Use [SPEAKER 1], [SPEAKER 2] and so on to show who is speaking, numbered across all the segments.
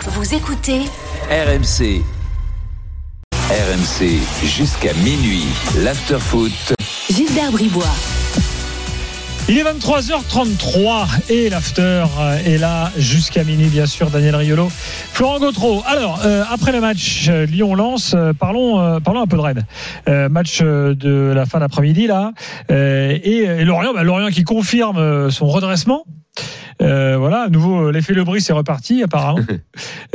[SPEAKER 1] Vous écoutez
[SPEAKER 2] RMC. RMC jusqu'à minuit. L'afterfoot.
[SPEAKER 1] Gilbert Bribois.
[SPEAKER 3] Il est 23h33 et l'after est là jusqu'à minuit, bien sûr, Daniel Riolo. Florent Gautreau, alors, euh, après le match euh, Lyon-Lens, euh, parlons, euh, parlons un peu de Rennes. Euh, match euh, de la fin d'après-midi, là. Euh, et, et Lorient, bah, Lorient qui confirme euh, son redressement. Euh, voilà, à nouveau, euh, l'effet Lebris est reparti, apparemment.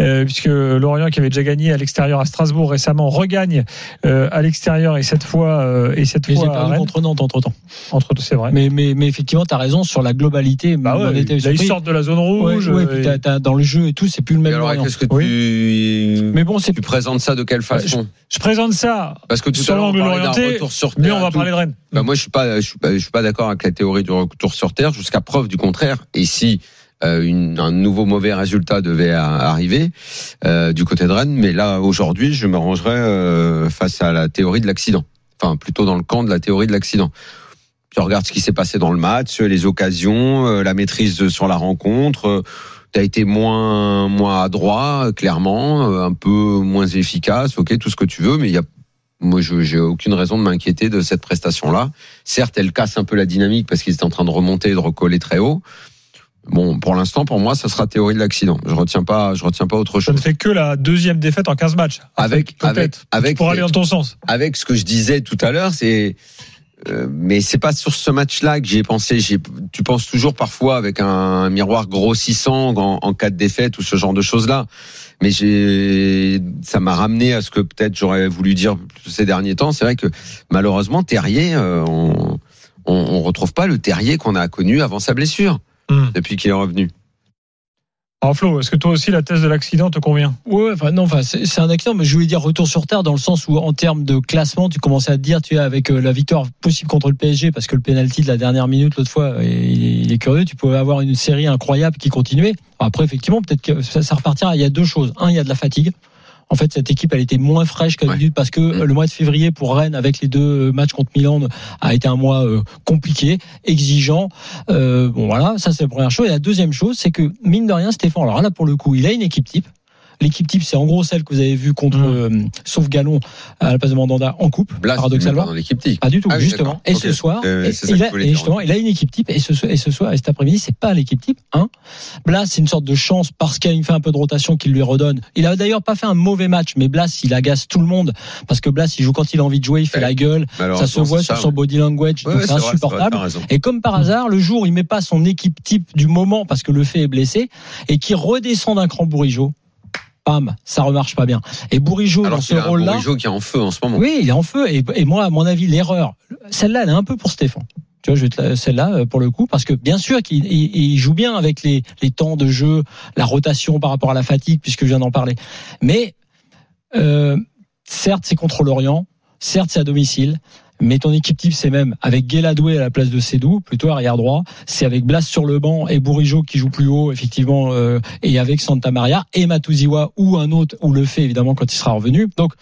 [SPEAKER 3] Euh, puisque Lorient, qui avait déjà gagné à l'extérieur à Strasbourg récemment, regagne euh, à l'extérieur et cette fois, euh, et cette
[SPEAKER 4] Mais j'ai
[SPEAKER 3] fois à
[SPEAKER 4] perdu
[SPEAKER 3] Rennes.
[SPEAKER 4] contre Nantes entre temps.
[SPEAKER 3] Entre deux, c'est vrai.
[SPEAKER 4] Mais, mais, mais effectivement, t'as raison sur la globalité.
[SPEAKER 3] Bah ouais,
[SPEAKER 4] on était
[SPEAKER 3] là, ils
[SPEAKER 4] surpris.
[SPEAKER 3] sortent de la zone
[SPEAKER 4] Ouais,
[SPEAKER 3] rouge.
[SPEAKER 4] ouais,
[SPEAKER 3] euh,
[SPEAKER 4] puis
[SPEAKER 3] et-
[SPEAKER 4] t'as- t'as- dans le jeu et tout, c'est plus le
[SPEAKER 5] Et
[SPEAKER 4] même
[SPEAKER 5] alors,
[SPEAKER 4] Lorient.
[SPEAKER 5] qu'est-ce que
[SPEAKER 3] Oui. Bah,
[SPEAKER 5] tu...
[SPEAKER 4] Mais bon, c'est
[SPEAKER 5] tu présentes ça de quelle façon
[SPEAKER 3] Je présente ça,
[SPEAKER 5] Parce que tout
[SPEAKER 3] Sur
[SPEAKER 5] à l'heure, on
[SPEAKER 3] l'angle
[SPEAKER 5] parlait
[SPEAKER 3] orienté,
[SPEAKER 5] d'un retour sur terre.
[SPEAKER 3] mais on
[SPEAKER 5] et
[SPEAKER 3] va
[SPEAKER 5] tout.
[SPEAKER 3] parler de Rennes.
[SPEAKER 5] Bah, moi, je suis pas, je suis pas, je suis pas d'accord avec la théorie du retour sur terre jusqu'à preuve du contraire. Et si euh, une- un nouveau mauvais résultat devait a- arriver euh, du côté de Rennes, mais là aujourd'hui, je me rangerais euh, face à la théorie de l'accident. Enfin, plutôt dans le camp de la théorie de l'accident. Tu regardes ce qui s'est passé dans le match, les occasions, euh, la maîtrise sur la rencontre. euh, T'as été moins moins adroit, clairement, euh, un peu moins efficace, ok, tout ce que tu veux, mais il y a moi, je j'ai aucune raison de m'inquiéter de cette prestation-là. Certes, elle casse un peu la dynamique parce qu'ils étaient en train de remonter et de recoller très haut. Bon, pour l'instant, pour moi, ça sera théorie de l'accident. Je retiens pas, je retiens pas autre
[SPEAKER 3] Je ne
[SPEAKER 5] chose.
[SPEAKER 3] fais que la deuxième défaite en 15 matchs.
[SPEAKER 5] Avec, avec,
[SPEAKER 3] peut-être.
[SPEAKER 5] avec,
[SPEAKER 3] Pour aller dans ton sens.
[SPEAKER 5] avec ce que je disais tout à l'heure, c'est, euh, mais c'est pas sur ce match-là que j'ai pensé. J'ai- Tu penses toujours parfois avec un miroir grossissant en, en cas de défaite ou ce genre de choses-là. Mais j'ai, ça m'a ramené à ce que peut-être j'aurais voulu dire ces derniers temps. C'est vrai que malheureusement Terrier, euh, on, on, on retrouve pas le Terrier qu'on a connu avant sa blessure
[SPEAKER 3] Hmm.
[SPEAKER 5] depuis qu'il est revenu.
[SPEAKER 3] Alors Flo, est-ce que toi aussi la thèse de l'accident te convient
[SPEAKER 4] Ouais, ouais, enfin non, enfin c'est c'est un accident, mais je voulais dire retour sur terre dans le sens où en termes de classement, tu commençais à te dire, tu es avec euh, la victoire possible contre le PSG parce que le penalty de la dernière minute l'autre fois, euh, il, est- il est curieux. Tu pouvais avoir une série incroyable qui continuait. Après, effectivement, peut-être que ça, ça repartira. Il y a deux choses. Un, il y a de la fatigue. En fait, cette équipe, elle était moins fraîche qu'à
[SPEAKER 5] Ouais.
[SPEAKER 4] d'habitude parce que euh, le mois de février pour Rennes, avec les deux euh, matchs contre Milan, a été un mois euh, compliqué, exigeant. Euh, bon, voilà, ça c'est la première chose. Et la deuxième chose, c'est que mine de rien, Stéphane, alors là pour le coup, il a une équipe type. L'équipe type, c'est en gros celle que vous avez vue contre,
[SPEAKER 3] Mmh.
[SPEAKER 4] euh, sauf Galon, à la place de Mandanda, en coupe,
[SPEAKER 5] Blas, tu le mets
[SPEAKER 4] paradoxalement.
[SPEAKER 5] pas dans l'équipe type.
[SPEAKER 4] Pas du tout,
[SPEAKER 5] Ah oui,
[SPEAKER 4] justement.
[SPEAKER 5] d'accord.
[SPEAKER 4] Et
[SPEAKER 5] Ok.
[SPEAKER 4] ce soir,
[SPEAKER 5] Euh,
[SPEAKER 4] et-
[SPEAKER 5] c'est ça
[SPEAKER 4] il
[SPEAKER 5] que
[SPEAKER 4] a,
[SPEAKER 5] je voulais
[SPEAKER 4] et
[SPEAKER 5] dire.
[SPEAKER 4] justement, il a une équipe type. Et ce, so- et ce soir, et cet après-midi, c'est pas l'équipe type. Un. Blas, c'est une sorte de chance parce qu'il fait un peu de rotation qu'il lui redonne. Il a d'ailleurs pas fait un mauvais match, mais Blas, il agace tout le monde parce que Blas, il joue quand il a envie de jouer, il fait
[SPEAKER 5] Ouais.
[SPEAKER 4] la gueule.
[SPEAKER 5] Malheureusement,
[SPEAKER 4] Ça se voit
[SPEAKER 5] c'est
[SPEAKER 4] sur
[SPEAKER 5] ça,
[SPEAKER 4] son
[SPEAKER 5] ouais.
[SPEAKER 4] body language, donc
[SPEAKER 5] Ouais, ouais,
[SPEAKER 4] c'est
[SPEAKER 5] c'est vrai, c'est vrai, Mm.
[SPEAKER 4] insupportable.
[SPEAKER 5] t'as raison.
[SPEAKER 4] Et comme par hasard, le jour où il met pas son équipe type du moment parce que le fait est blessé et qui redescend d'un cran Bourigeau, pam, ça remarche pas bien. Et Bourigeau
[SPEAKER 5] Alors
[SPEAKER 4] dans ce
[SPEAKER 5] qu'il y a un
[SPEAKER 4] rôle-là,
[SPEAKER 5] Bourigeau qui est en feu en ce moment.
[SPEAKER 4] oui, il est en feu. Et, et moi, à mon avis, l'erreur, celle-là, elle est un peu pour Stéphane. Tu vois, je vais te la- celle-là euh, pour le coup, parce que bien sûr qu'il il- il joue bien avec les, les temps de jeu, la rotation par rapport à la fatigue, puisque je viens d'en parler. Mais euh, certes, c'est contre l'Orient, certes, c'est à domicile. Mais ton équipe type, c'est même avec Guéladoué à la place de Sédou, plutôt arrière droit. C'est avec Blas sur le banc et Bourigeau qui joue plus haut, effectivement, euh, et avec Santa Maria et Matuziwa ou un autre, ou le fait évidemment quand il sera revenu. Donc,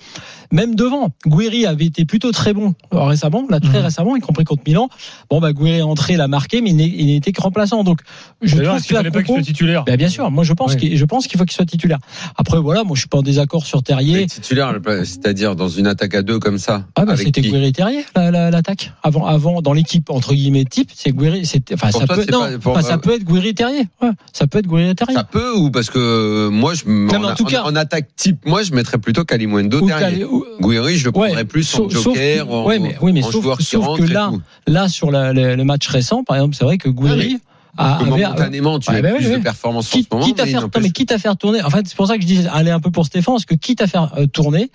[SPEAKER 4] même devant, Guiri avait été plutôt très bon euh, récemment, là très
[SPEAKER 3] Mhm.
[SPEAKER 4] récemment, y compris contre Milan. Bon, bah Guiri est entré, l'a marqué, mais il n'est- il n'était que remplaçant. Donc, je
[SPEAKER 3] D'ailleurs,
[SPEAKER 4] trouve
[SPEAKER 3] est-ce qu'il
[SPEAKER 4] que la
[SPEAKER 3] fallait pas qu'il
[SPEAKER 4] compo,
[SPEAKER 3] soit titulaire
[SPEAKER 4] bah, bien sûr, moi je pense
[SPEAKER 3] Ouais.
[SPEAKER 4] qu'il, je pense qu'il faut qu'il soit titulaire. Après voilà, moi je suis pas en désaccord sur
[SPEAKER 5] Mais
[SPEAKER 4] Terrier.
[SPEAKER 5] titulaire, c'est-à-dire dans une attaque à deux comme ça.
[SPEAKER 4] Ah bah
[SPEAKER 5] avec
[SPEAKER 4] c'était
[SPEAKER 5] qui
[SPEAKER 4] Guiri et Terrier la- la- l'attaque avant avant dans l'équipe entre guillemets type, c'est Guiri, c'était enfin
[SPEAKER 5] Pour
[SPEAKER 4] ça
[SPEAKER 5] toi,
[SPEAKER 4] peut
[SPEAKER 5] c'est
[SPEAKER 4] non,
[SPEAKER 5] pas- pour- euh,
[SPEAKER 4] enfin, ça peut être Guiri et Terrier. Ouais, ça peut être Guiri et Terrier.
[SPEAKER 5] Ça peut ou parce que euh, moi je m-
[SPEAKER 4] Non,
[SPEAKER 5] en,
[SPEAKER 4] mais en tout cas-
[SPEAKER 5] en attaque type moi je mettrais plutôt Kalimundo
[SPEAKER 4] Ou
[SPEAKER 5] derrière.
[SPEAKER 4] Cal- ou-
[SPEAKER 5] Guiri je le
[SPEAKER 4] Ouais,
[SPEAKER 5] prendrais plus en
[SPEAKER 4] sauf- sauf
[SPEAKER 5] joker
[SPEAKER 4] que-
[SPEAKER 5] en,
[SPEAKER 4] ouais, mais- oui, mais
[SPEAKER 5] en
[SPEAKER 4] sauf-
[SPEAKER 5] joueur qui
[SPEAKER 4] sauf que
[SPEAKER 5] rentre et
[SPEAKER 4] là,
[SPEAKER 5] tout.
[SPEAKER 4] là sur la- le, le match récent par exemple, c'est vrai
[SPEAKER 5] Ah
[SPEAKER 4] que Guiri a
[SPEAKER 5] Parce que
[SPEAKER 4] avait-
[SPEAKER 5] momentanément tu
[SPEAKER 4] ah, ouais,
[SPEAKER 5] as
[SPEAKER 4] bah oui,
[SPEAKER 5] plus
[SPEAKER 4] oui.
[SPEAKER 5] de performance
[SPEAKER 4] quitte,
[SPEAKER 5] en ce moment
[SPEAKER 4] quitte à
[SPEAKER 5] mais
[SPEAKER 4] faire, non,
[SPEAKER 5] n'empêche-
[SPEAKER 4] mais quitte à faire tourner. En fait, c'est pour ça que je dis aller un peu pour Stéphane, parce que quitte à faire euh, tourner,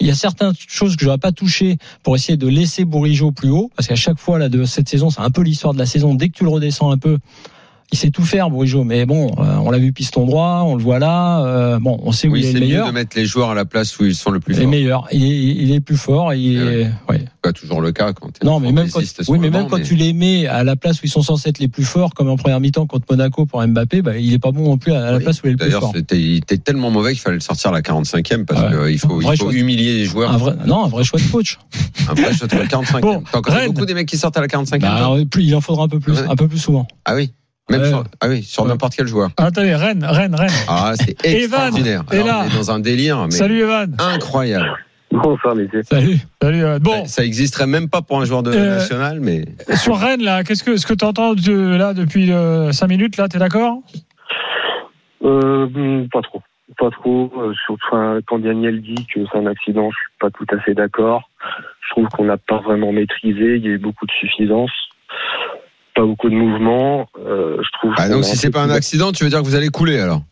[SPEAKER 4] il y a certaines choses que je n'aurais pas touchées pour essayer de laisser Bourigeau plus haut, parce qu'à chaque fois là de cette saison, c'est un peu l'histoire de la saison. Dès que tu le redescends un peu. Il sait tout faire, Bourigeau, mais bon, euh, on l'a vu piston droit, on le voit là, euh, bon, on sait où
[SPEAKER 5] oui,
[SPEAKER 4] il est
[SPEAKER 5] c'est
[SPEAKER 4] le
[SPEAKER 5] mieux de
[SPEAKER 4] meilleur.
[SPEAKER 5] mettre les joueurs à la place où ils sont le plus
[SPEAKER 4] Il est
[SPEAKER 5] forts.
[SPEAKER 4] meilleur, il est, il est plus fort, il est,
[SPEAKER 5] Ah ouais.
[SPEAKER 4] ouais.
[SPEAKER 5] C'est pas toujours le cas quand t'es
[SPEAKER 4] Non, mais même quand,
[SPEAKER 5] fantaisiste sur
[SPEAKER 4] oui,
[SPEAKER 5] le
[SPEAKER 4] mais même
[SPEAKER 5] banc,
[SPEAKER 4] quand tu les mets à la place où ils sont censés être les plus forts, comme en première mi-temps contre Monaco pour Mbappé, bah, il est pas bon non plus à la
[SPEAKER 5] Oui.
[SPEAKER 4] place où il est le plus
[SPEAKER 5] D'ailleurs,
[SPEAKER 4] fort.
[SPEAKER 5] c'était il était tellement mauvais qu'il fallait le sortir à la 45e parce
[SPEAKER 4] Ouais.
[SPEAKER 5] que qu'il faut,
[SPEAKER 4] Vrai
[SPEAKER 5] il faut
[SPEAKER 4] choix.
[SPEAKER 5] humilier les joueurs.
[SPEAKER 4] Un vrai, non, un vrai choix de coach.
[SPEAKER 5] Après, je te le 45e.
[SPEAKER 3] Bon,
[SPEAKER 5] T'en connais
[SPEAKER 3] Rennes. Bah,
[SPEAKER 5] beaucoup des mecs qui sortent à la 45e.
[SPEAKER 4] Bah, alors, plus- il en faudra un peu plus,
[SPEAKER 5] Ouais.
[SPEAKER 4] un peu plus souvent.
[SPEAKER 5] ah oui. Même
[SPEAKER 4] Ouais.
[SPEAKER 5] sur, ah oui, sur
[SPEAKER 4] Ouais.
[SPEAKER 5] n'importe quel joueur.
[SPEAKER 3] Ah, Attendez, Rennes, Rennes, Rennes.
[SPEAKER 5] Ah, c'est
[SPEAKER 3] Evan
[SPEAKER 5] extraordinaire.
[SPEAKER 3] est
[SPEAKER 5] Alors,
[SPEAKER 3] là.
[SPEAKER 5] on est dans un délire, mais
[SPEAKER 3] Salut Evan.
[SPEAKER 5] incroyable.
[SPEAKER 1] Bonsoir, messieurs.
[SPEAKER 4] Salut.
[SPEAKER 3] Salut Evan. Bon,
[SPEAKER 5] Ça existerait même pas pour un joueur de
[SPEAKER 3] Euh,
[SPEAKER 5] national, mais
[SPEAKER 3] sur Rennes, là, qu'est-ce que, ce que t'entends de- là depuis 5 minutes, là, t'es d'accord
[SPEAKER 1] Euh, hmm, pas trop. Pas trop. Euh, surtout hein, quand Daniel dit que c'est un accident, je suis pas tout à fait d'accord. Je trouve qu'on n'a pas vraiment maîtrisé. Il y a eu beaucoup de suffisance. Pas beaucoup de mouvement. Euh, je trouve.
[SPEAKER 5] ah,
[SPEAKER 1] qu'on
[SPEAKER 5] donc
[SPEAKER 1] a
[SPEAKER 5] si c'est
[SPEAKER 1] peu
[SPEAKER 5] pas un
[SPEAKER 1] plus-
[SPEAKER 5] accident, tu veux dire que vous allez couler alors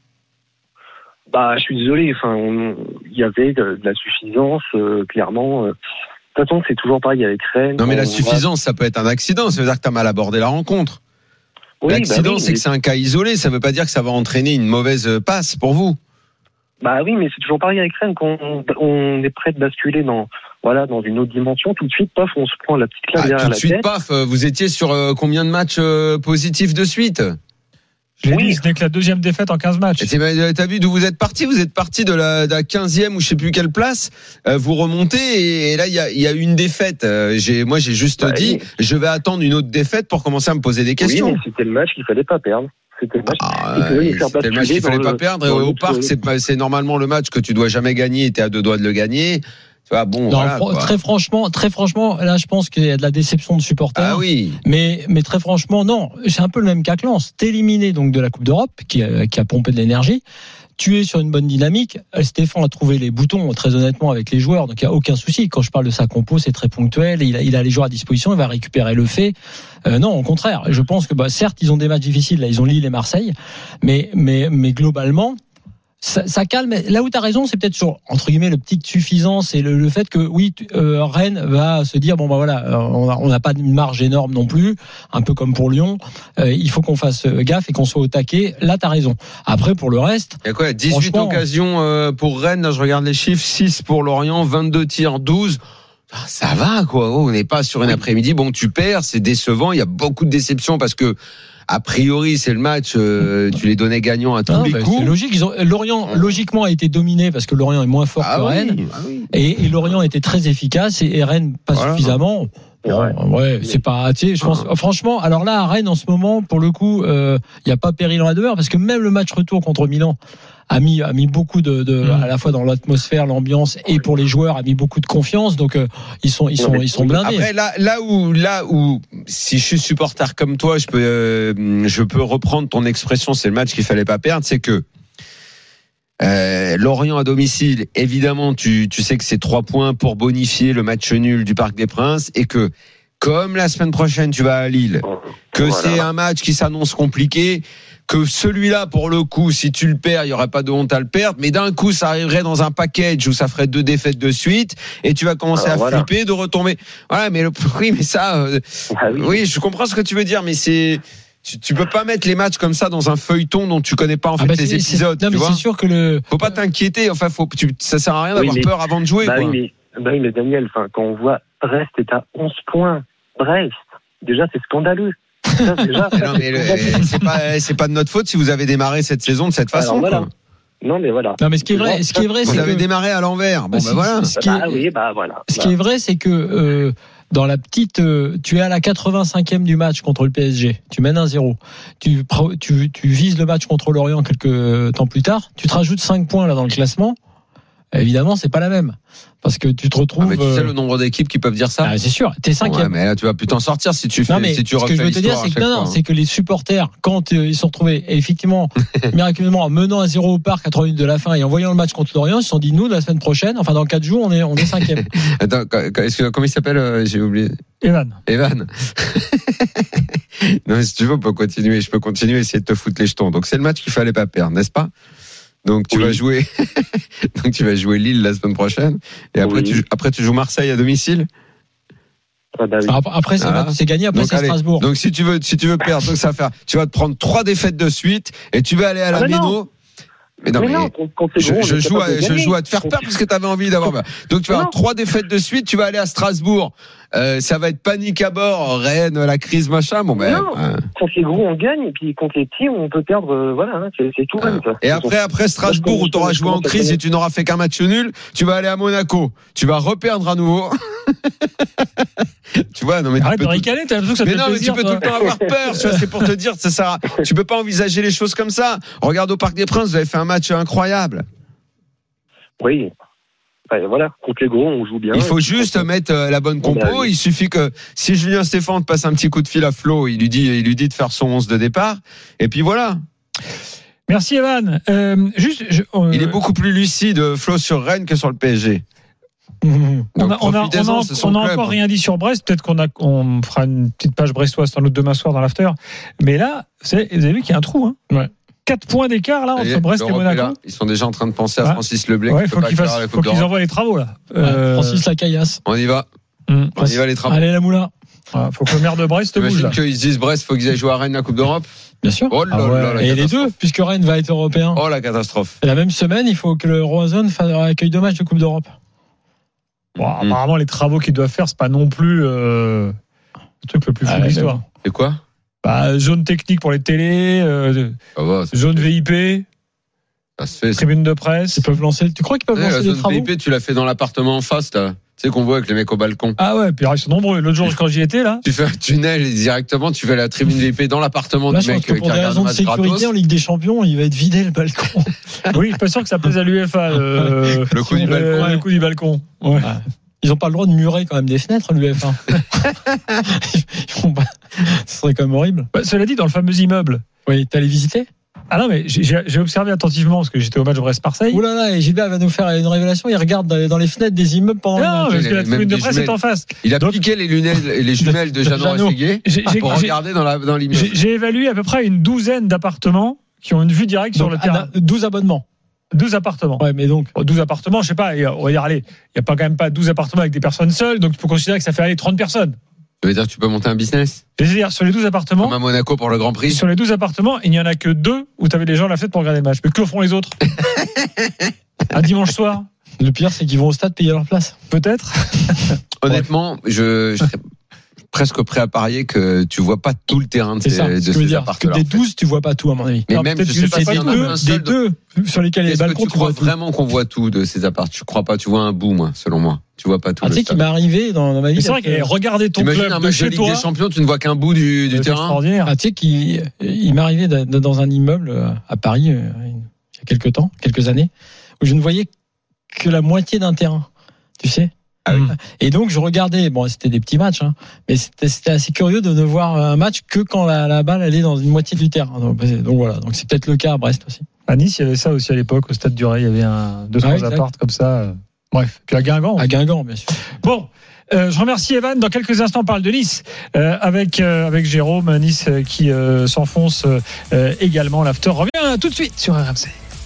[SPEAKER 1] Bah, je suis désolé. Enfin, on- il y avait de, de la suffisance, euh, clairement. euh. De toute façon, c'est toujours pareil avec Rennes.
[SPEAKER 5] Non, mais la
[SPEAKER 1] On-
[SPEAKER 5] suffisance, ça peut être un accident. Ça veut dire que t'as mal abordé la rencontre.
[SPEAKER 1] Oui, bah
[SPEAKER 5] L'accident,
[SPEAKER 1] oui,
[SPEAKER 5] c'est que c'est un cas isolé. Ça veut pas dire que ça va entraîner une mauvaise euh, passe pour vous.
[SPEAKER 1] Bah oui, mais c'est toujours pareil avec Rennes. Quand on, on est prêt de basculer dans, voilà, dans une autre dimension, tout de suite, paf, on se prend la petite claque
[SPEAKER 5] Ah,
[SPEAKER 1] derrière
[SPEAKER 5] tout de
[SPEAKER 1] la
[SPEAKER 5] suite,
[SPEAKER 1] tête.
[SPEAKER 5] paf, euh, vous étiez sur euh, combien de matchs euh, positifs de suite
[SPEAKER 3] Je l'ai
[SPEAKER 1] Oui.
[SPEAKER 3] dit, ce n'est que la deuxième défaite en 15 matchs.
[SPEAKER 5] Et t'es- euh, T'as vu d'où vous êtes parti Vous êtes parti de la, de la 15e ou je sais plus quelle place. Euh, vous remontez et, et là, il y a, il y a une défaite. Euh, j'ai- moi, j'ai juste
[SPEAKER 1] Bah,
[SPEAKER 5] dit, je vais attendre une autre défaite pour commencer à me poser des questions.
[SPEAKER 1] Oui, mais c'était le match qu'il fallait pas perdre. C'était le match.
[SPEAKER 5] Ah,
[SPEAKER 1] Il fallait les faire
[SPEAKER 5] C'était le match
[SPEAKER 1] basculer
[SPEAKER 5] qu'il fallait
[SPEAKER 1] dans
[SPEAKER 5] pas
[SPEAKER 1] le-
[SPEAKER 5] perdre. Et
[SPEAKER 1] dans le-
[SPEAKER 5] au parc, c'est pas- c'est normalement le match que tu dois jamais gagner. T'es à deux doigts de le gagner. Tu vois,
[SPEAKER 4] Non,
[SPEAKER 5] bon. voilà,
[SPEAKER 4] fr-
[SPEAKER 5] quoi.
[SPEAKER 4] très franchement, très franchement, là, je pense qu'il y a de la déception de supporters.
[SPEAKER 5] Ah oui.
[SPEAKER 4] Mais, mais très franchement, non. C'est un peu le même cas que Lens. T'es éliminé donc de la Coupe d'Europe, qui, a- qui a pompé de l'énergie. Tu es sur une bonne dynamique. Euh, Stéphane a trouvé les boutons, très honnêtement, avec les joueurs. Donc, il n'y a aucun souci. Quand je parle de sa compo, c'est très ponctuel. Il a, il a les joueurs à disposition. Il va récupérer le fait. Euh, non, au contraire. Je pense que, bah, certes, ils ont des matchs difficiles. Là, ils ont Lille et Marseille. Mais, mais, mais globalement, ça, ça calme. Là où tu as raison, c'est peut-être sur entre guillemets le petite suffisance et le, le fait que oui, tu- euh, Rennes va se dire bon bah voilà, euh, on a- on n'a pas une marge énorme non plus, un peu comme pour Lyon. Euh, il faut qu'on fasse euh, gaffe et qu'on soit au taquet. Là, t'as raison. Après, pour le reste,
[SPEAKER 5] Il y a quoi 18
[SPEAKER 4] Franchement.
[SPEAKER 5] occasions euh, pour Rennes, là, je regarde les chiffres, 6 pour Lorient, 22 tirs, 12. Ah, Ça va quoi, Oh, on n'est pas sur une après-midi, bon tu perds, c'est décevant, il y a beaucoup de déceptions parce que a priori c'est le match, euh, tu les donnais gagnants à tous
[SPEAKER 4] hein,
[SPEAKER 5] les
[SPEAKER 4] bah, Mm. c'est
[SPEAKER 5] coups.
[SPEAKER 4] logique. Ils ont- Lorient logiquement a été dominé parce que Lorient est moins fort
[SPEAKER 5] Ah
[SPEAKER 4] que
[SPEAKER 5] oui,
[SPEAKER 4] Rennes
[SPEAKER 5] ah oui.
[SPEAKER 4] et, et Lorient était très efficace et, et Rennes pas
[SPEAKER 5] Voilà.
[SPEAKER 4] suffisamment.
[SPEAKER 1] C'est
[SPEAKER 4] Bon,
[SPEAKER 1] vrai.
[SPEAKER 4] ouais, c'est pas. Tu sais, je pense. Franchement, alors là, à Rennes, en ce moment, pour le coup, il n'y a pas péril en la demeure parce que même le match retour contre Milan a mis a mis beaucoup de, de-
[SPEAKER 5] Mm.
[SPEAKER 3] Mhm.
[SPEAKER 4] à la fois dans l'atmosphère, l'ambiance et pour les joueurs a mis beaucoup de confiance. Donc euh, ils sont ils
[SPEAKER 1] Non,
[SPEAKER 4] sont
[SPEAKER 1] mais-
[SPEAKER 4] ils sont blindés.
[SPEAKER 5] Après là, là où, là où, si je suis supporter comme toi, je peux, euh, je peux reprendre ton expression. C'est le match qu'il fallait pas perdre. C'est que euh, Lorient à domicile, évidemment, tu, tu sais que c'est trois points pour bonifier le match nul du Parc des Princes et que comme la semaine prochaine tu vas à Lille, que
[SPEAKER 1] Voilà.
[SPEAKER 5] c'est un match qui s'annonce compliqué, que celui-là, pour le coup, si tu le perds, il n'y aurait pas de honte à le perdre, mais d'un coup, ça arriverait dans un package où ça ferait deux défaites de suite, et tu vas commencer
[SPEAKER 1] Alors,
[SPEAKER 5] à
[SPEAKER 1] voilà.
[SPEAKER 5] flipper, de retomber. Voilà, mais le, oui, mais ça, euh,
[SPEAKER 1] Ah oui.
[SPEAKER 5] oui, je comprends ce que tu veux dire, mais c'est, tu, tu peux pas mettre les matchs comme ça dans un feuilleton dont tu connais pas, en
[SPEAKER 4] Ah
[SPEAKER 5] fait,
[SPEAKER 4] bah,
[SPEAKER 5] les
[SPEAKER 4] c'est- c'est-
[SPEAKER 5] épisodes,
[SPEAKER 4] non,
[SPEAKER 5] tu
[SPEAKER 4] mais
[SPEAKER 5] vois.
[SPEAKER 4] c'est sûr que le
[SPEAKER 5] Faut pas t'inquiéter, enfin, faut, tu, ça sert à rien
[SPEAKER 1] Oui,
[SPEAKER 5] d'avoir
[SPEAKER 1] mais-
[SPEAKER 5] peur avant de jouer,
[SPEAKER 1] bah,
[SPEAKER 5] quoi.
[SPEAKER 1] oui, mais, bah oui, mais Daniel, enfin, quand on voit Brest est à 11 points, Brest, déjà, c'est scandaleux. Ça, déjà,
[SPEAKER 5] Mais non, mais le- c'est pas, c'est pas de notre faute si vous avez démarré cette saison de cette
[SPEAKER 1] Alors,
[SPEAKER 5] façon,
[SPEAKER 1] voilà.
[SPEAKER 5] quoi.
[SPEAKER 1] Non, mais voilà.
[SPEAKER 4] non mais ce qui est vrai, ce qui est vrai,
[SPEAKER 5] Vous
[SPEAKER 4] c'est
[SPEAKER 5] avez
[SPEAKER 4] que
[SPEAKER 5] démarré à l'envers. Bon,
[SPEAKER 4] Ah,
[SPEAKER 5] bah
[SPEAKER 4] si,
[SPEAKER 5] voilà.
[SPEAKER 4] si, ce qui
[SPEAKER 1] Bah,
[SPEAKER 4] est-
[SPEAKER 1] oui, bah voilà.
[SPEAKER 4] Ce qui est vrai, c'est que euh, dans la petite, euh, tu es à la 85e du match contre le PSG. Tu mènes un 0 Tu, pro- tu, tu vises le match contre l'Orient quelques temps plus tard. Tu te rajoutes 5 points là dans le classement. Évidemment, c'est pas la même parce que tu te retrouves.
[SPEAKER 5] Ah, mais tu sais
[SPEAKER 4] euh,
[SPEAKER 5] le nombre d'équipes qui peuvent dire ça.
[SPEAKER 4] ah, c'est sûr, t'es
[SPEAKER 5] Ouais,
[SPEAKER 4] cinquième.
[SPEAKER 5] mais là tu vas plus t'en sortir si tu fais,
[SPEAKER 4] Non mais
[SPEAKER 5] si tu
[SPEAKER 4] ce que
[SPEAKER 5] refais
[SPEAKER 4] je veux te dire,
[SPEAKER 5] l'histoire à
[SPEAKER 4] c'est que
[SPEAKER 5] chaque
[SPEAKER 4] non, non,
[SPEAKER 5] fois, hein.
[SPEAKER 4] c'est que les supporters, quand euh, ils se sont retrouvés et effectivement miraculeusement en menant à 0 au parc à 3 minutes de la fin et en voyant le match contre l'Orient, ils se sont dit nous la semaine prochaine, enfin dans 4 jours, on est on est cinquième.
[SPEAKER 5] hein. Attends, qu- qu- est-ce que- comment il s'appelle euh, J'ai oublié.
[SPEAKER 3] Evan.
[SPEAKER 5] Evan. non mais si tu veux, on peut continuer. Je peux continuer, essayer de te foutre les jetons. Donc c'est le match qu'il fallait pas perdre, n'est-ce pas donc tu
[SPEAKER 1] Oui.
[SPEAKER 5] vas jouer, donc tu vas jouer Lille la semaine prochaine, et après
[SPEAKER 1] Oui.
[SPEAKER 5] tu après tu joues Marseille à domicile.
[SPEAKER 1] Ah, bah oui.
[SPEAKER 4] Après, après, c'est
[SPEAKER 5] Ah.
[SPEAKER 4] c'est gagné, après
[SPEAKER 5] Donc,
[SPEAKER 4] c'est
[SPEAKER 5] allez.
[SPEAKER 4] Strasbourg.
[SPEAKER 5] Donc si tu veux si tu veux perdre, donc ça va faire, tu vas te prendre trois défaites de suite, et tu vas aller à la
[SPEAKER 1] Ah, mais non.
[SPEAKER 5] Méno. Mais non,
[SPEAKER 1] mais,
[SPEAKER 5] mais-
[SPEAKER 1] non, quand, quand t'es
[SPEAKER 5] Je,
[SPEAKER 1] gros, on
[SPEAKER 5] je
[SPEAKER 1] est
[SPEAKER 5] joue
[SPEAKER 1] capable
[SPEAKER 5] à,
[SPEAKER 1] de
[SPEAKER 5] je
[SPEAKER 1] gagner.
[SPEAKER 5] joue à te faire peur parce que tu avais envie d'avoir. Donc tu vas
[SPEAKER 1] Non.
[SPEAKER 5] avoir trois défaites de suite, tu vas aller à Strasbourg euh, ça va être panique à bord, Rennes, la crise, machin. Bon, ben,
[SPEAKER 1] Non.
[SPEAKER 5] euh,
[SPEAKER 1] Contre les gros, on gagne, et puis contre les petits, on peut perdre. euh, voilà, hein, c'est c'est tout. Rennes, ça.
[SPEAKER 5] Ah. Et après, après Strasbourg, où t'auras joué en crise et tu n'auras fait qu'un match nul, tu vas aller à Monaco. Tu vas reperdre à nouveau. tu vois, non mais tu
[SPEAKER 3] Arrête
[SPEAKER 5] peux
[SPEAKER 3] de
[SPEAKER 5] tout-
[SPEAKER 3] ricaner, t'as l'impression que ça te
[SPEAKER 5] mais
[SPEAKER 3] fait
[SPEAKER 5] non, mais tu
[SPEAKER 3] plaisir.
[SPEAKER 5] peux tout
[SPEAKER 3] toi.
[SPEAKER 5] le temps avoir peur. tu vois, C'est pour te dire, ça, ça, tu peux pas envisager les choses comme ça. Regarde au Parc des Princes, vous avez fait un match incroyable.
[SPEAKER 1] Oui. Ouais, voilà, contre les gros, on joue bien.
[SPEAKER 5] Il faut juste mettre euh, la bonne
[SPEAKER 1] Bah
[SPEAKER 5] compo.
[SPEAKER 1] oui.
[SPEAKER 5] Il suffit que si Julien Stéphane passe un petit coup de fil à Flo, il lui dit, il lui dit de faire son 11 de départ. Et puis voilà.
[SPEAKER 3] Merci Evan. Euh, juste, je- euh,
[SPEAKER 5] Il est beaucoup plus lucide euh, Flo sur Rennes que sur le PSG.
[SPEAKER 3] On a,
[SPEAKER 5] Donc,
[SPEAKER 3] on a- on a-
[SPEAKER 5] profitez-en, c'est son
[SPEAKER 3] on a
[SPEAKER 5] club.
[SPEAKER 3] encore rien dit sur Brest. Peut-être qu'on a, on fera une petite page brestoise dans l'autre demain soir dans l'after. Mais là, vous savez- vous avez vu qu'il y a un trou. Hein
[SPEAKER 4] Ouais.
[SPEAKER 3] 4 points d'écart là
[SPEAKER 5] Ça y
[SPEAKER 3] entre
[SPEAKER 5] est,
[SPEAKER 3] Ah, Brest et
[SPEAKER 5] l'Europe est là.
[SPEAKER 3] Monaco.
[SPEAKER 5] Ils sont déjà en train de penser à
[SPEAKER 3] Ah.
[SPEAKER 5] Francis Leblé.
[SPEAKER 3] Ouais,
[SPEAKER 5] qui peut
[SPEAKER 3] faut
[SPEAKER 5] pas
[SPEAKER 3] qu'ils
[SPEAKER 5] faire
[SPEAKER 3] fassent-
[SPEAKER 5] la Coupe
[SPEAKER 3] faut qu'ils
[SPEAKER 5] d'Europe.
[SPEAKER 3] envoient les travaux là. Euh,
[SPEAKER 4] Francis Lacaillasse.
[SPEAKER 5] On y va.
[SPEAKER 3] hum,
[SPEAKER 5] On y va les travaux.
[SPEAKER 4] Allez la moula.
[SPEAKER 3] voilà, faut que le maire de Brest bouge
[SPEAKER 5] T'imagines
[SPEAKER 3] là.
[SPEAKER 5] qu'ils se disent Brest, faut qu'ils aient joué à Rennes la Coupe d'Europe.
[SPEAKER 4] Bien sûr.
[SPEAKER 5] Oh là
[SPEAKER 3] Ah ouais.
[SPEAKER 5] là, la
[SPEAKER 4] Et les
[SPEAKER 5] catastrophe.
[SPEAKER 4] deux, puisque Rennes va être européen.
[SPEAKER 5] Oh la catastrophe.
[SPEAKER 4] La même semaine, il faut que le Roison accueille deux matchs de Coupe d'Europe.
[SPEAKER 3] Bon,
[SPEAKER 5] Hum.
[SPEAKER 3] apparemment, les travaux qu'ils doivent faire, c'est pas non plus euh, le truc le plus fou
[SPEAKER 4] Ah,
[SPEAKER 3] de
[SPEAKER 4] mais
[SPEAKER 3] l'histoire.
[SPEAKER 5] Et quoi
[SPEAKER 3] Bah, zone technique pour les télés, euh,
[SPEAKER 5] Ah bah, ça,
[SPEAKER 3] zone VIP,
[SPEAKER 5] ça se fait. ça.
[SPEAKER 3] tribune de presse.
[SPEAKER 4] Ils peuvent lancer. Tu crois qu'ils peuvent
[SPEAKER 5] Tu sais,
[SPEAKER 4] lancer
[SPEAKER 5] la
[SPEAKER 4] des
[SPEAKER 5] zone
[SPEAKER 4] travaux
[SPEAKER 5] VIP, tu l'as fait dans l'appartement en face, là. Tu sais qu'on voit avec les mecs au balcon.
[SPEAKER 3] Ah ouais, puis alors, ils sont nombreux. L'autre jour, quand j'y étais là,
[SPEAKER 5] Tu fais un tunnel et directement tu vas à la tribune VIP dans l'appartement
[SPEAKER 4] Là,
[SPEAKER 5] du
[SPEAKER 4] je pense
[SPEAKER 5] mec
[SPEAKER 4] que
[SPEAKER 5] euh, qui
[SPEAKER 4] pour des
[SPEAKER 5] regarde
[SPEAKER 4] raisons
[SPEAKER 5] le
[SPEAKER 4] de
[SPEAKER 5] match
[SPEAKER 4] sécurité
[SPEAKER 5] gratos.
[SPEAKER 4] en Ligue des Champions, il va être vidé le balcon.
[SPEAKER 3] Oui, pas sûr que ça plaise à l'UFA. euh,
[SPEAKER 5] Le coup du
[SPEAKER 3] euh,
[SPEAKER 5] balcon.
[SPEAKER 3] Le coup du balcon. Ah. Ouais.
[SPEAKER 4] Ouais. Ils n'ont pas le droit de murer quand même des fenêtres, l'UEFA. Ils font pas- Ce serait quand même horrible.
[SPEAKER 3] Bah, cela dit, dans le fameux immeuble.
[SPEAKER 4] Oui, t'as les visiter
[SPEAKER 3] Ah non, mais j'ai- j'ai j'ai observé attentivement parce que j'étais au match Brest-Marseille.
[SPEAKER 4] Ouh là là, et Gilbert va nous faire une révélation. Il regarde dans les, dans les fenêtres des immeubles pendant
[SPEAKER 3] Non,
[SPEAKER 4] le match.
[SPEAKER 3] parce que
[SPEAKER 5] les-
[SPEAKER 3] la
[SPEAKER 5] même
[SPEAKER 3] tribune de
[SPEAKER 5] des
[SPEAKER 3] presse
[SPEAKER 5] jumelles.
[SPEAKER 3] est en face.
[SPEAKER 5] Il a
[SPEAKER 3] Donc-
[SPEAKER 5] piqué les lunettes et les jumelles de Jeannot
[SPEAKER 4] Jeannot.
[SPEAKER 5] Rességuier
[SPEAKER 3] J'ai- j'ai-
[SPEAKER 5] pour
[SPEAKER 3] j'ai-
[SPEAKER 5] regarder dans la- dans l'immeuble.
[SPEAKER 3] J'ai j'ai évalué à peu près une douzaine d'appartements qui ont une vue directe sur
[SPEAKER 4] Donc,
[SPEAKER 3] le
[SPEAKER 5] ah,
[SPEAKER 3] terrain.
[SPEAKER 4] Anna, 12 abonnements.
[SPEAKER 3] 12 appartements.
[SPEAKER 4] Ouais, mais donc,
[SPEAKER 3] Bon, 12 appartements, je sais pas, et, euh, on va dire, allez, il n'y a pas quand même pas 12 appartements avec des personnes seules, donc tu peux considérer que ça fait aller 30 personnes.
[SPEAKER 5] Ça veut dire que tu peux monter un business
[SPEAKER 3] C'est-à-dire, sur les 12 appartements,
[SPEAKER 5] comme à Monaco pour le Grand
[SPEAKER 3] Et
[SPEAKER 5] Prix.
[SPEAKER 3] sur les 12 appartements, il n'y en a que deux où tu avais des gens à la fête pour regarder le match. Mais que font les autres Un dimanche soir,
[SPEAKER 4] le pire, c'est qu'ils vont au stade payer leur place.
[SPEAKER 3] peut-être
[SPEAKER 5] Honnêtement, je, je serais presque prêt à parier que tu vois pas tout le terrain de
[SPEAKER 4] C'est
[SPEAKER 5] ces,
[SPEAKER 4] ça.
[SPEAKER 5] de
[SPEAKER 4] ce que je veux
[SPEAKER 5] ces
[SPEAKER 4] dire. Parce que
[SPEAKER 5] appartements.
[SPEAKER 4] des 12, tu vois pas tout, à mon avis.
[SPEAKER 5] Mais
[SPEAKER 3] Non,
[SPEAKER 5] même
[SPEAKER 3] peut-être
[SPEAKER 5] je sais
[SPEAKER 3] que
[SPEAKER 5] pas
[SPEAKER 3] c'est
[SPEAKER 5] s'il y en a
[SPEAKER 3] pas
[SPEAKER 5] un
[SPEAKER 4] Des
[SPEAKER 5] seul. de-
[SPEAKER 4] deux sur lesquels il y a les
[SPEAKER 5] Est-ce que
[SPEAKER 4] balcons,
[SPEAKER 5] tu
[SPEAKER 4] tu, vois
[SPEAKER 5] crois
[SPEAKER 4] tout.
[SPEAKER 5] vraiment qu'on voit tout de ces appartements Tu crois pas Tu vois un bout, moi, selon moi. Tu vois pas tout.
[SPEAKER 4] Ah,
[SPEAKER 5] le
[SPEAKER 4] tu sais
[SPEAKER 5] stade.
[SPEAKER 4] qu'il m'est arrivé dans, dans ma vie. euh,
[SPEAKER 3] Mais c'est vrai que eh, regarder ton
[SPEAKER 5] T'imagines un
[SPEAKER 3] club de
[SPEAKER 5] match de
[SPEAKER 3] chez
[SPEAKER 5] Ligue
[SPEAKER 3] toi,
[SPEAKER 5] des Champions, tu ne vois qu'un bout du, du
[SPEAKER 3] c'est
[SPEAKER 5] terrain.
[SPEAKER 3] extraordinaire.
[SPEAKER 4] Ah, tu sais qu'il il m'est arrivé d'être dans un immeuble euh, à Paris euh, il y a quelques temps, quelques années, où je ne voyais que la moitié d'un terrain, tu sais.
[SPEAKER 5] Ah oui.
[SPEAKER 4] Et donc je regardais, bon c'était des petits matchs, hein, mais c'était c'était assez curieux de ne voir euh, un match que quand la, la balle allait dans une moitié du terrain. Donc, c'est- donc voilà, donc c'est peut-être le cas à Brest aussi.
[SPEAKER 3] À Nice, il y avait ça aussi à l'époque, au Stade du Ray, il y avait un, deux,
[SPEAKER 4] Ah,
[SPEAKER 3] trois
[SPEAKER 4] exact. Ah.
[SPEAKER 3] appartes comme ça. euh, Bref, puis à Guingamp.
[SPEAKER 4] À Guingamp bien sûr.
[SPEAKER 3] Bon, euh, je remercie Evan. Dans quelques instants, on parle de Nice euh, avec, euh, avec Jérôme. Nice euh, qui euh, s'enfonce euh, euh, également. L'after revient tout de suite sur RMC.